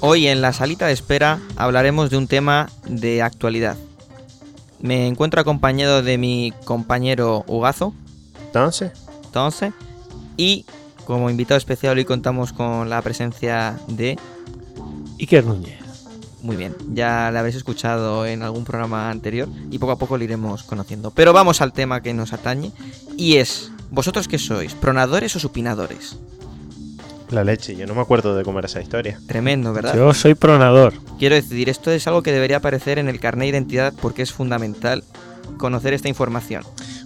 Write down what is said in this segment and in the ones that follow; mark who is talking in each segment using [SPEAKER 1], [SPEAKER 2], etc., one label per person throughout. [SPEAKER 1] Hoy en la salita de espera hablaremos de un tema de actualidad. Me encuentro acompañado de mi compañero Ugazo,
[SPEAKER 2] Entonces,
[SPEAKER 1] entonces, y como invitado especial hoy contamos con la presencia de...
[SPEAKER 3] Iker Núñez.
[SPEAKER 1] Muy bien, ya la habréis escuchado en algún programa anterior y poco a poco lo iremos conociendo. Pero vamos al tema que nos atañe y es, ¿vosotros qué sois? ¿Pronadores o supinadores?
[SPEAKER 2] la leche. Yo no me acuerdo de cómo era esa historia.
[SPEAKER 1] Tremendo, ¿verdad?
[SPEAKER 3] Yo soy pronador.
[SPEAKER 1] Quiero decidir, esto es algo que debería aparecer en el carnet de identidad porque es fundamental conocer esta información.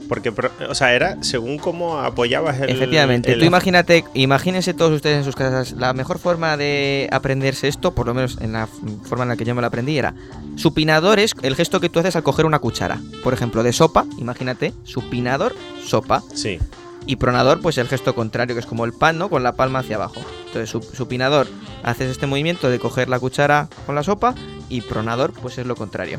[SPEAKER 2] Porque, pro- o sea, era según cómo apoyabas el.
[SPEAKER 1] Efectivamente,
[SPEAKER 2] el-
[SPEAKER 1] tú imagínate, imagínense todos ustedes en sus casas, la mejor forma de aprenderse esto, por lo menos en la f- forma en la que yo me lo aprendí, era supinador es el gesto que tú haces al coger una cuchara, por ejemplo, de sopa, imagínate, supinador, sopa,
[SPEAKER 2] Sí,
[SPEAKER 1] y pronador, pues el gesto contrario, que es como el pan, ¿no? Con la palma hacia abajo. Entonces, su- supinador, haces este movimiento de coger la cuchara con la sopa y pronador, pues es lo contrario.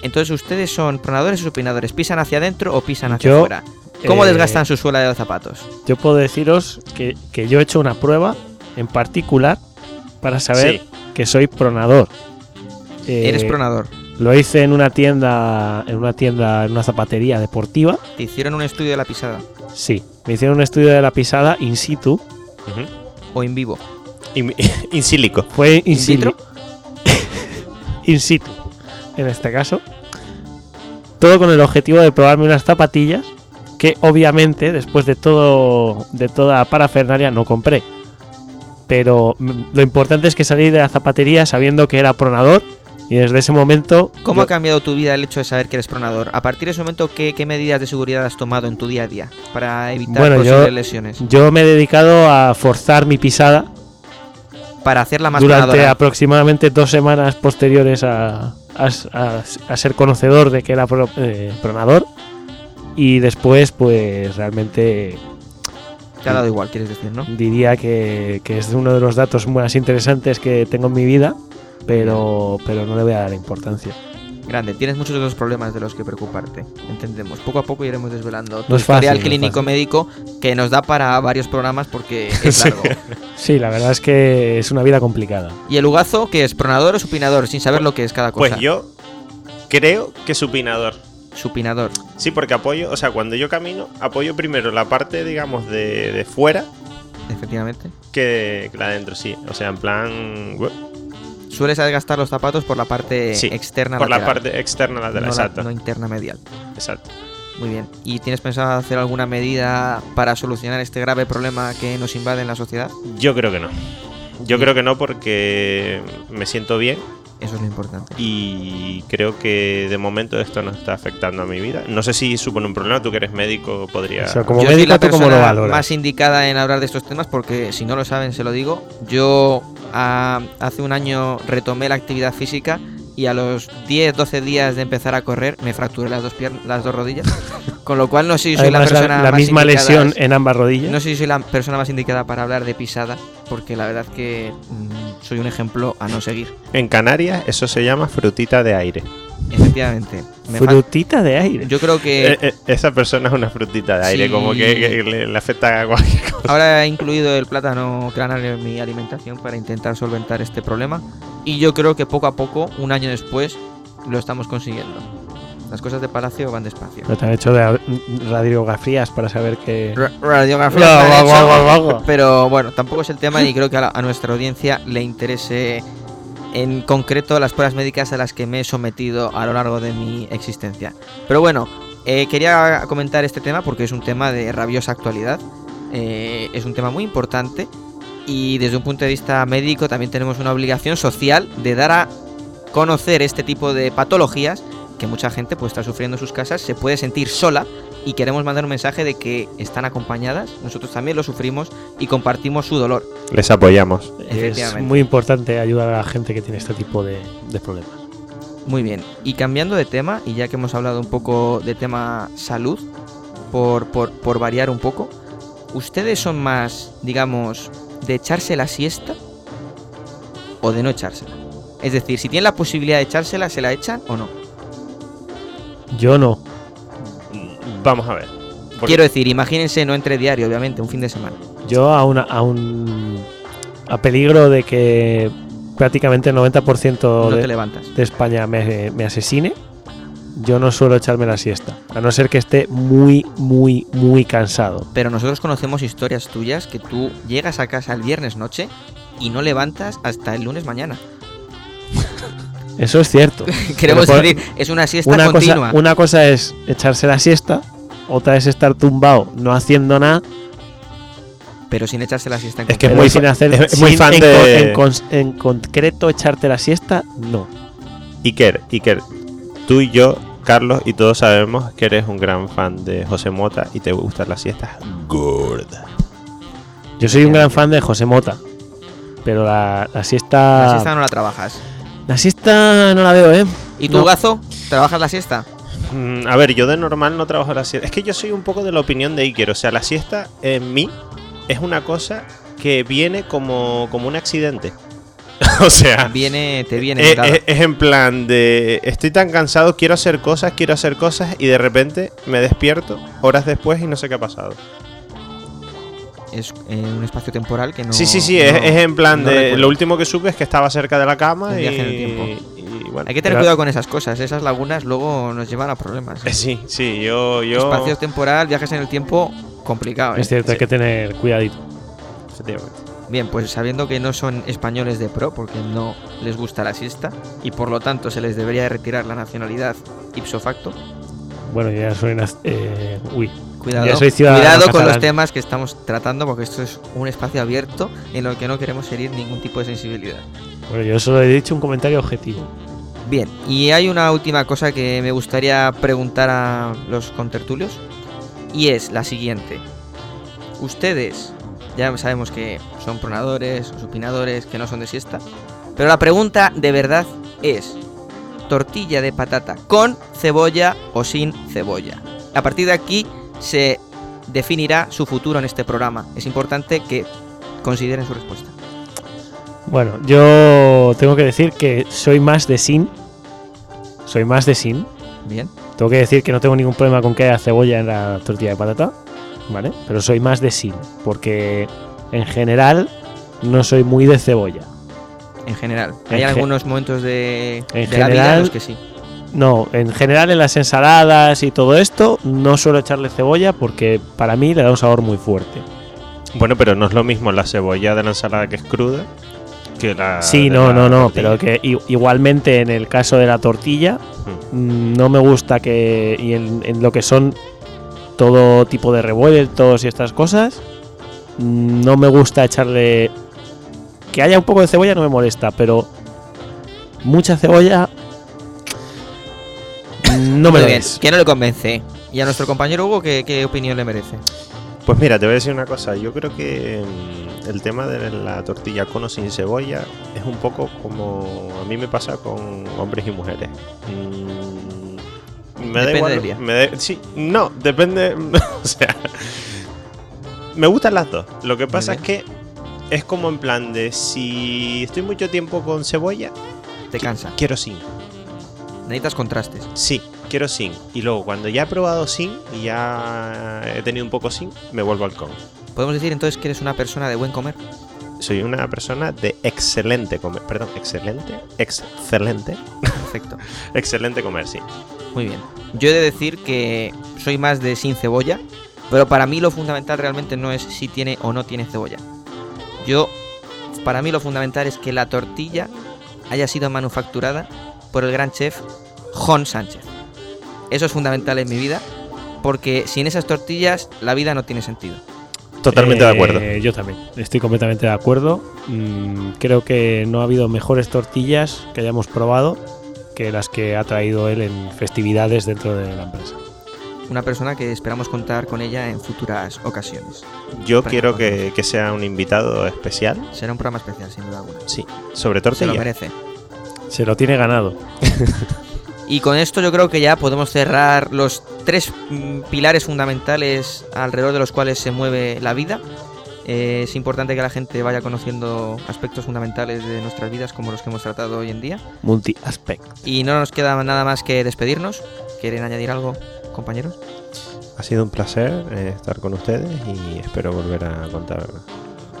[SPEAKER 1] Entonces, ¿ustedes son pronadores o supinadores? ¿Pisan hacia adentro o pisan hacia
[SPEAKER 3] Yo,
[SPEAKER 1] afuera? ¿Cómo
[SPEAKER 3] eh,
[SPEAKER 1] desgastan su suela de los zapatos?
[SPEAKER 3] Yo puedo deciros que, que yo he hecho una prueba en particular para
[SPEAKER 2] sí.
[SPEAKER 3] saber que soy pronador. Eh,
[SPEAKER 1] Eres pronador.
[SPEAKER 3] Lo hice en una tienda, en una tienda, en una zapatería deportiva.
[SPEAKER 1] Te hicieron un estudio de la pisada
[SPEAKER 3] Sí, me hicieron un estudio de la pisada in situ.
[SPEAKER 2] Ujú.
[SPEAKER 1] o en vivo.
[SPEAKER 2] In- Insílico.
[SPEAKER 3] Fue in,
[SPEAKER 1] ¿In
[SPEAKER 3] situ.
[SPEAKER 1] vitro?
[SPEAKER 3] in situ, en este caso. Todo con el objetivo de probarme unas zapatillas que obviamente después de todo de toda la parafernalia no compré. Pero mm, lo importante es que salí de la zapatería sabiendo que era pronador y desde ese momento
[SPEAKER 1] ¿Cómo
[SPEAKER 3] yo-
[SPEAKER 1] ha cambiado tu vida el hecho de saber que eres pronador? A partir de ese momento, ¿qué, qué medidas de seguridad has tomado en tu día a día para evitar
[SPEAKER 3] Bueno, yo-
[SPEAKER 1] posibles lesiones?
[SPEAKER 3] yo me he dedicado a forzar mi pisada
[SPEAKER 1] Para hacerla más ¿eh?
[SPEAKER 3] durante
[SPEAKER 1] pronadora.
[SPEAKER 3] aproximadamente dos semanas posteriores a, a- a- a ser conocedor de que era pro- eh, pronador. Y después, pues realmente
[SPEAKER 1] Te ha dado igual, quieres decir, ¿no?
[SPEAKER 3] diría que, que es uno de los datos más interesantes que tengo en mi vida, pero, pero no le voy a dar importancia.
[SPEAKER 1] Grande, tienes muchos otros problemas de los que preocuparte. Entendemos. Poco a poco iremos desvelando tu
[SPEAKER 3] No es fácil,
[SPEAKER 1] historial
[SPEAKER 3] no es
[SPEAKER 1] clínico
[SPEAKER 3] fácil.
[SPEAKER 1] médico que nos da para varios programas porque es
[SPEAKER 2] Sí.
[SPEAKER 1] largo.
[SPEAKER 3] Sí, la verdad es que es una vida complicada.
[SPEAKER 1] y el ugazo, que es pronador o supinador, sin saber lo que es cada cosa.
[SPEAKER 2] Pues yo creo que supinador.
[SPEAKER 1] Supinador.
[SPEAKER 2] Sí, porque apoyo, o sea, cuando yo camino, apoyo primero la parte, digamos, de, de fuera
[SPEAKER 1] Efectivamente.
[SPEAKER 2] que la de adentro, sí. O sea, en plan. uh, bueno,
[SPEAKER 1] Sueles desgastar los zapatos por la parte
[SPEAKER 2] Sí,
[SPEAKER 1] externa
[SPEAKER 2] por la
[SPEAKER 1] lateral,
[SPEAKER 2] parte externa
[SPEAKER 1] no
[SPEAKER 2] lateral.
[SPEAKER 1] la-
[SPEAKER 2] exacto.
[SPEAKER 1] no interna medial.
[SPEAKER 2] exacto.
[SPEAKER 1] Muy bien. ¿Y tienes pensado hacer alguna medida para solucionar este grave problema que nos invade en la sociedad?
[SPEAKER 2] Yo creo que no. Yo creo que no porque me siento bien
[SPEAKER 1] Eso es lo importante.
[SPEAKER 2] y creo que de momento esto no está afectando a mi vida. No sé si supone un problema, tú que eres médico podría...
[SPEAKER 3] O sea, como
[SPEAKER 1] yo soy
[SPEAKER 3] médico,
[SPEAKER 1] la
[SPEAKER 3] ¿tú cómo lo
[SPEAKER 1] persona
[SPEAKER 3] valoras?
[SPEAKER 1] más indicada en hablar de estos temas porque si no lo saben se lo digo. Yo ah, hace un año retomé la actividad física y a los 10-12 días de empezar a correr me fracturé las dos piernas, las dos rodillas, con lo cual no sé si soy
[SPEAKER 3] Además,
[SPEAKER 1] la
[SPEAKER 3] la,
[SPEAKER 1] persona
[SPEAKER 3] la
[SPEAKER 1] más
[SPEAKER 3] misma
[SPEAKER 1] indicada-
[SPEAKER 3] lesión en ambas rodillas.
[SPEAKER 1] No sé si soy la persona más indicada para hablar de pisada, porque la verdad que mm, soy un ejemplo a no seguir.
[SPEAKER 2] En Canarias eso se llama frutita de aire.
[SPEAKER 1] Efectivamente. me fal-
[SPEAKER 3] Frutita de aire.
[SPEAKER 1] Yo creo que
[SPEAKER 2] Eh, eh, esa persona es una frutita de aire,
[SPEAKER 1] Sí.
[SPEAKER 2] como que, que le, le afecta a cualquier cosa.
[SPEAKER 1] Ahora he incluido el plátano granario en mi alimentación para intentar solventar este problema. Y yo creo que poco a poco, un año después, lo estamos consiguiendo. Las cosas de palacio van despacio.
[SPEAKER 3] No te han hecho de- radiografías para saber que...
[SPEAKER 1] Ra- Radiografía. me han
[SPEAKER 3] Guau,
[SPEAKER 1] hecho,
[SPEAKER 3] guau, guau, guau, guau.
[SPEAKER 1] Pero bueno, tampoco es el tema y creo que a, la- a nuestra audiencia le interese en concreto las pruebas médicas a las que me he sometido a lo largo de mi existencia. Pero bueno, eh, quería comentar este tema porque es un tema de rabiosa actualidad, eh, es un tema muy importante y desde un punto de vista médico también tenemos una obligación social de dar a conocer este tipo de patologías que mucha gente pues está sufriendo en sus casas, se puede sentir sola y queremos mandar un mensaje de que están acompañadas, nosotros también lo sufrimos y compartimos su dolor.
[SPEAKER 2] Les apoyamos.
[SPEAKER 3] Es
[SPEAKER 1] Efectivamente.
[SPEAKER 3] muy importante ayudar a la gente que tiene este tipo de, de problemas.
[SPEAKER 1] Muy bien, y cambiando de tema, y ya que hemos hablado un poco de tema salud, por, por, por variar un poco, ¿ustedes son más, digamos, de echarse la siesta o de no echársela? Es decir, si tienen la posibilidad de echársela, ¿se la echan o no?
[SPEAKER 3] Yo no.
[SPEAKER 2] Vamos a ver. Porque-
[SPEAKER 1] Quiero decir, imagínense, no entre diario, obviamente, un fin de semana.
[SPEAKER 3] Yo a, una, a un a peligro de que prácticamente el 90%
[SPEAKER 1] no
[SPEAKER 3] de,
[SPEAKER 1] te levantas.
[SPEAKER 3] de España me, me asesine, yo no suelo echarme la siesta. A no ser que esté muy, muy, muy cansado.
[SPEAKER 1] Pero nosotros conocemos historias tuyas que tú llegas a casa el viernes noche y no levantas hasta el lunes mañana.
[SPEAKER 3] Eso es cierto.
[SPEAKER 1] Queremos
[SPEAKER 3] por-
[SPEAKER 1] decir, es una siesta
[SPEAKER 3] una,
[SPEAKER 1] continua.
[SPEAKER 3] cosa, una cosa es echarse la siesta, otra es estar tumbado, no haciendo nada,
[SPEAKER 1] Pero sin echarse la siesta en
[SPEAKER 2] Es que
[SPEAKER 1] concreto.
[SPEAKER 3] pero
[SPEAKER 2] muy
[SPEAKER 3] sin
[SPEAKER 2] fa-
[SPEAKER 3] hacer.
[SPEAKER 2] es- es muy
[SPEAKER 3] sin-
[SPEAKER 2] fan
[SPEAKER 3] en,
[SPEAKER 2] de-
[SPEAKER 3] con- en cons- en concreto, echarte la siesta, no.
[SPEAKER 2] Iker, Iker, tú y yo, Carlos y todos sabemos que eres un gran fan de José Mota y te gustan las siestas gordas.
[SPEAKER 3] Yo soy un gran fan de José Mota, pero la, la siesta.
[SPEAKER 1] La siesta no la trabajas.
[SPEAKER 3] la siesta no la veo, ¿eh?
[SPEAKER 1] ¿Y tú,
[SPEAKER 3] No.
[SPEAKER 1] Gazo? ¿Trabajas la siesta?
[SPEAKER 2] Mm, a ver, yo de normal no trabajo la siesta. Es que yo soy un poco de la opinión de Iker. O sea, la siesta en mí es una cosa que viene como, como un accidente. o sea,
[SPEAKER 1] Viene, te viene.
[SPEAKER 2] Ah. Eh,
[SPEAKER 1] dada.
[SPEAKER 2] eh, es, en plan de estoy tan cansado, quiero hacer cosas, quiero hacer cosas y de repente me despierto horas después y no sé qué ha pasado.
[SPEAKER 1] es eh, un espacio temporal que no.
[SPEAKER 2] sí, sí, sí,
[SPEAKER 1] no-
[SPEAKER 2] es, es en plan
[SPEAKER 1] no
[SPEAKER 2] de
[SPEAKER 1] recuerdo.
[SPEAKER 2] lo último que supe es que estaba cerca de la cama
[SPEAKER 1] Un
[SPEAKER 2] y,
[SPEAKER 1] viaje en el tiempo.
[SPEAKER 2] y bueno.
[SPEAKER 1] Hay que tener
[SPEAKER 3] Pero-
[SPEAKER 1] cuidado con esas cosas. Esas lagunas luego nos llevan a problemas.
[SPEAKER 2] Eh, Sí, sí, yo yo
[SPEAKER 1] Espacio temporal, viajes en el tiempo, complicado. ¿eh?
[SPEAKER 3] Es cierto, hay que tener cuidadito.
[SPEAKER 2] efectivamente.
[SPEAKER 1] Bien, pues sabiendo que no son españoles de pro porque no les gusta la siesta y por lo tanto se les debería de retirar la nacionalidad ipso facto.
[SPEAKER 3] Bueno, yo ya soy. naz- Eh, uy,
[SPEAKER 1] Cuidado,
[SPEAKER 3] Ya soy ciudadano
[SPEAKER 1] cuidado con
[SPEAKER 3] catalán.
[SPEAKER 1] los temas que estamos tratando porque esto es un espacio abierto en el que no queremos herir ningún tipo de sensibilidad.
[SPEAKER 3] bueno, yo solo he dicho un comentario objetivo.
[SPEAKER 1] Bien, y hay una última cosa que me gustaría preguntar a los contertulios y es la siguiente. Ustedes ya sabemos que son pronadores, supinadores, que no son de siesta, pero la pregunta de verdad es tortilla de patata con cebolla o sin cebolla. A partir de aquí se definirá su futuro en este programa. Es importante que consideren su respuesta.
[SPEAKER 3] Bueno, yo tengo que decir que soy más de sin. Soy más de sin.
[SPEAKER 1] Bien.
[SPEAKER 3] Tengo que decir que no tengo ningún problema con que haya cebolla en la tortilla de patata, ¿vale? Pero soy más de sin, porque en general no soy muy de cebolla.
[SPEAKER 1] En general.
[SPEAKER 3] En
[SPEAKER 1] Hay
[SPEAKER 3] ge-
[SPEAKER 1] algunos momentos de,
[SPEAKER 3] en
[SPEAKER 1] de la vida en los
[SPEAKER 3] general,
[SPEAKER 1] que sí.
[SPEAKER 3] No, en general en las ensaladas y todo esto no suelo echarle cebolla porque para mí le da un sabor muy fuerte.
[SPEAKER 2] Bueno, pero no es lo mismo la cebolla de la ensalada que es cruda que la
[SPEAKER 1] Ah,
[SPEAKER 3] sí,
[SPEAKER 2] de
[SPEAKER 3] no,
[SPEAKER 2] la
[SPEAKER 3] no, no,
[SPEAKER 2] tortilla.
[SPEAKER 3] pero que i- igualmente en el caso de la tortilla
[SPEAKER 1] Hmm.
[SPEAKER 3] mm, no me gusta que y en, en lo que son todo tipo de revueltos y estas cosas mm, no me gusta echarle que haya un poco de cebolla no me molesta pero mucha cebolla mm, no me
[SPEAKER 1] Muy
[SPEAKER 3] lo
[SPEAKER 1] bien,
[SPEAKER 3] des.
[SPEAKER 1] que no le convence. ¿eh? Y a nuestro compañero Hugo, ¿qué, qué opinión le merece?
[SPEAKER 2] Pues mira, te voy a decir una cosa. Yo creo que mm, el tema de la tortilla con o sin cebolla es un poco como a mí me pasa con hombres y mujeres. Mm, me
[SPEAKER 1] Depende del día.
[SPEAKER 2] me da- sí, no, depende. o sea, me gustan las dos. Lo que pasa es que es como en plan de si estoy mucho tiempo con cebolla,
[SPEAKER 1] Te cansa.
[SPEAKER 2] quiero sin.
[SPEAKER 1] Necesitas contrastes.
[SPEAKER 2] Sí, quiero sin. Y luego cuando ya he probado sin y ya he tenido un poco sin, me vuelvo al con.
[SPEAKER 1] Podemos decir entonces que eres una persona de buen comer.
[SPEAKER 2] soy una persona de excelente comer. Perdón, excelente, excelente,
[SPEAKER 1] Perfecto.
[SPEAKER 2] excelente comer, sí.
[SPEAKER 1] Muy bien. Yo he de decir que soy más de sin cebolla, pero para mí lo fundamental realmente no es si tiene o no tiene cebolla. Yo, para mí lo fundamental es que la tortilla haya sido manufacturada por el gran chef Jon Sánchez. Eso es fundamental en mi vida, porque sin esas tortillas la vida no tiene sentido.
[SPEAKER 2] Totalmente de acuerdo.
[SPEAKER 3] Eh, yo también, estoy completamente de acuerdo. Mm, creo que no ha habido mejores tortillas que hayamos probado que las que ha traído él en festividades dentro de la empresa.
[SPEAKER 1] una persona que esperamos contar con ella en futuras ocasiones.
[SPEAKER 2] Yo
[SPEAKER 1] Venga,
[SPEAKER 2] quiero que,
[SPEAKER 1] vamos.
[SPEAKER 2] que sea un invitado especial,
[SPEAKER 1] Será un programa especial, sin duda alguna.
[SPEAKER 2] sí, sobre
[SPEAKER 1] Se lo
[SPEAKER 2] tortilla.
[SPEAKER 1] merece.
[SPEAKER 3] Se lo tiene ganado.
[SPEAKER 1] Y con esto yo creo que ya podemos cerrar los tres mm, pilares fundamentales alrededor de los cuales se mueve la vida. Eh, es importante que la gente vaya conociendo aspectos fundamentales de nuestras vidas como los que hemos tratado hoy en día.
[SPEAKER 3] Multi-aspect.
[SPEAKER 1] Y no nos queda nada más que despedirnos. ¿Quieren añadir algo, compañeros?
[SPEAKER 2] Ha sido un placer eh, estar con ustedes y espero volver a contar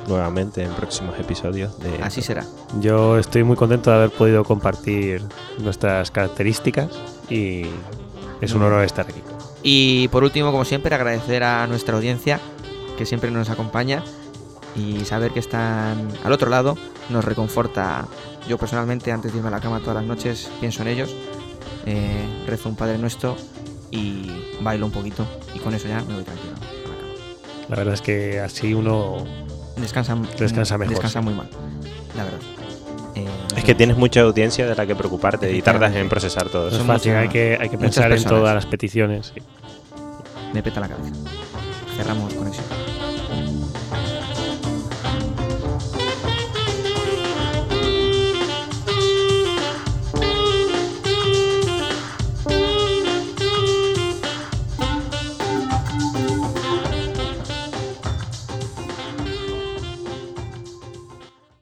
[SPEAKER 2] nuevamente en próximos episodios de...
[SPEAKER 1] Así será.
[SPEAKER 3] Ah, Yo estoy muy contento de haber podido compartir nuestras características y es un honor estar aquí.
[SPEAKER 1] Y por último, como siempre, agradecer a nuestra audiencia que siempre nos acompaña y saber que están al otro lado nos reconforta. Yo personalmente, antes de irme a la cama todas las noches, pienso en ellos, eh, rezo un Padre Nuestro y bailo un poquito y con eso ya me voy tranquilo. a la cama.
[SPEAKER 3] La verdad es que así uno...
[SPEAKER 1] Descansa,
[SPEAKER 3] Descansa mejor,
[SPEAKER 1] descansa muy mal, la verdad. Eh,
[SPEAKER 2] Es que tienes mucha audiencia de la que preocuparte y tardas en
[SPEAKER 1] Efectivamente.
[SPEAKER 2] procesar todo
[SPEAKER 3] No
[SPEAKER 2] eso.
[SPEAKER 3] es
[SPEAKER 1] Son
[SPEAKER 3] fácil,
[SPEAKER 1] muchas-
[SPEAKER 3] hay que, hay
[SPEAKER 1] Pues
[SPEAKER 3] que
[SPEAKER 1] muchas
[SPEAKER 3] pensar en
[SPEAKER 1] personas.
[SPEAKER 3] todas las peticiones.
[SPEAKER 1] me peta la cabeza. Cerramos conexión.